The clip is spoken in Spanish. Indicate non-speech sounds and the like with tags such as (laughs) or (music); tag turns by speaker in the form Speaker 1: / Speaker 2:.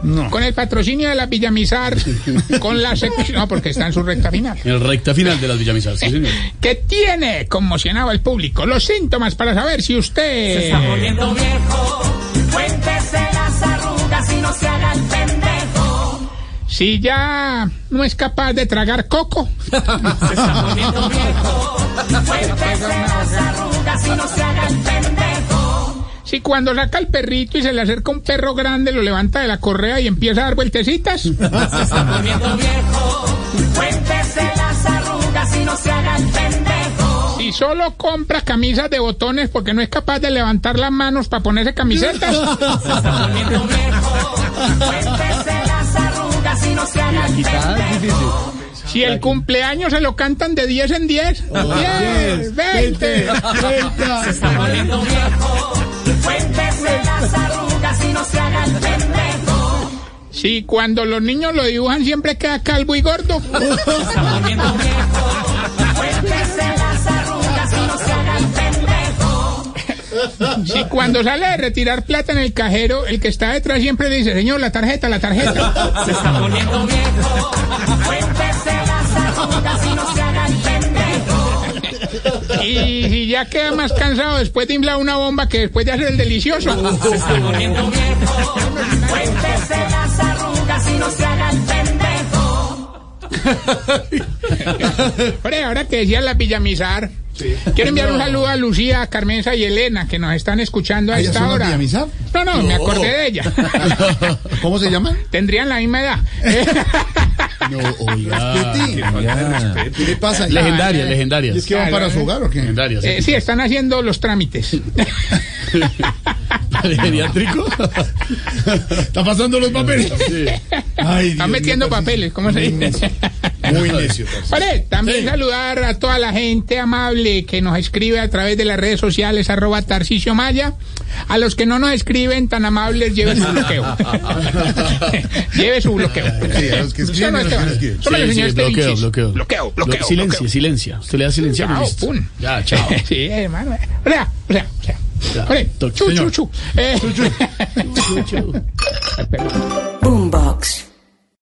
Speaker 1: No.
Speaker 2: Con el patrocinio de la Villamizar, con la sección. No, porque está en su recta final.
Speaker 1: El recta final de las Villamizar, sí, señor.
Speaker 2: Que tiene conmocionado al público los síntomas para saber si usted.
Speaker 3: está poniendo viejo. Cuéntese las arrugas y no se haga el pendejo.
Speaker 2: Si ya no es capaz de tragar coco.
Speaker 3: Se está poniendo viejo. Cuéntese las arrugas y no se haga el pendejo.
Speaker 2: Si cuando saca el perrito y se le acerca un perro grande, lo levanta de la correa y empieza a dar vueltecitas.
Speaker 3: Se está poniendo viejo. Cuéntese las arrugas y no se haga el pendejo.
Speaker 2: Si solo compra camisas de botones porque no es capaz de levantar las manos para ponerse
Speaker 1: (laughs)
Speaker 2: camisetas.
Speaker 3: Se está poniendo viejo. Cuéntese las arrugas y no se haga el pendejo.
Speaker 2: Si el cumpleaños se lo cantan de 10 en 10. 10, 20.
Speaker 3: Se está poniendo viejo. Cuéntese las arrugas y no se haga el pendejo.
Speaker 2: Si cuando los niños lo dibujan siempre queda calvo y gordo.
Speaker 3: Se está poniendo viejo. Cuéntese las arrugas y no se haga el pendejo.
Speaker 2: Si cuando sale de retirar plata en el cajero, el que está detrás siempre le dice, señor, la tarjeta, la tarjeta.
Speaker 3: Se está poniendo viejo. Cuéntese las arrugas y no se haga el pendejo.
Speaker 2: Y si ya queda más cansado después de inflar una bomba que después de hacer el delicioso.
Speaker 3: Se está poniendo viejo. Cuéntese las arrugas y no se haga el pendejo.
Speaker 2: Ahora, ahora que decía la villamizar, quiero enviar un saludo a Lucía, a Carmenza y Elena, que nos están escuchando a
Speaker 4: ¿Ellas son
Speaker 2: esta
Speaker 4: las
Speaker 2: hora.
Speaker 4: Villamizar?
Speaker 2: No, no, me acordé de ella.
Speaker 4: (laughs) ¿Cómo se llama?
Speaker 2: Tendrían la misma edad. Eh,
Speaker 4: No, oiga,
Speaker 1: Ah,
Speaker 4: Piti. Ah, ¿Qué le pasa?
Speaker 1: Legendaria, legendaria.
Speaker 4: ¿Y es que van para su hogar o (laughs) qué?
Speaker 1: Legendaria, sí. (laughs)
Speaker 2: eh, sí, están haciendo los
Speaker 4: (laughs)
Speaker 2: trámites.
Speaker 1: ¿Geriátrico?
Speaker 4: Está pasando los papeles.
Speaker 1: Sí.
Speaker 2: Están
Speaker 4: Ay, Dios mío, pues,
Speaker 2: metiendo
Speaker 4: parece-
Speaker 2: papeles, ¿cómo se dice?
Speaker 4: Muy necio. parce.
Speaker 2: Vale, también
Speaker 1: Sí.
Speaker 2: saludar a toda la gente amable que nos escribe a través de las redes sociales, arroba Tarcicio Maya. A los que no nos escriben tan amables, lleve su bloqueo. lleve su bloqueo.
Speaker 4: Sí, a los
Speaker 2: Usted
Speaker 4: que escriben,
Speaker 2: no
Speaker 4: a los que
Speaker 2: está-
Speaker 4: no escriben.
Speaker 2: Solo le
Speaker 1: Sí, sí,
Speaker 2: enseñaste
Speaker 1: bloqueo,
Speaker 2: hinchis.
Speaker 1: bloqueo.
Speaker 2: Bloqueo,
Speaker 1: Lo-
Speaker 2: bloqueo,
Speaker 1: Silencia,
Speaker 2: bloqueo.
Speaker 1: silencia. Usted le da silencio.
Speaker 2: Chao,
Speaker 1: y listo.
Speaker 2: pum. (laughs)
Speaker 1: Ya, chao.
Speaker 2: Sí, hermano. O sea, o sea, o sea.
Speaker 1: Ya,
Speaker 2: Vale,
Speaker 1: toque,
Speaker 2: chu, chu,
Speaker 1: señor.
Speaker 2: chu. Eh,
Speaker 1: Chau, chau.
Speaker 2: (laughs) ay, perdón.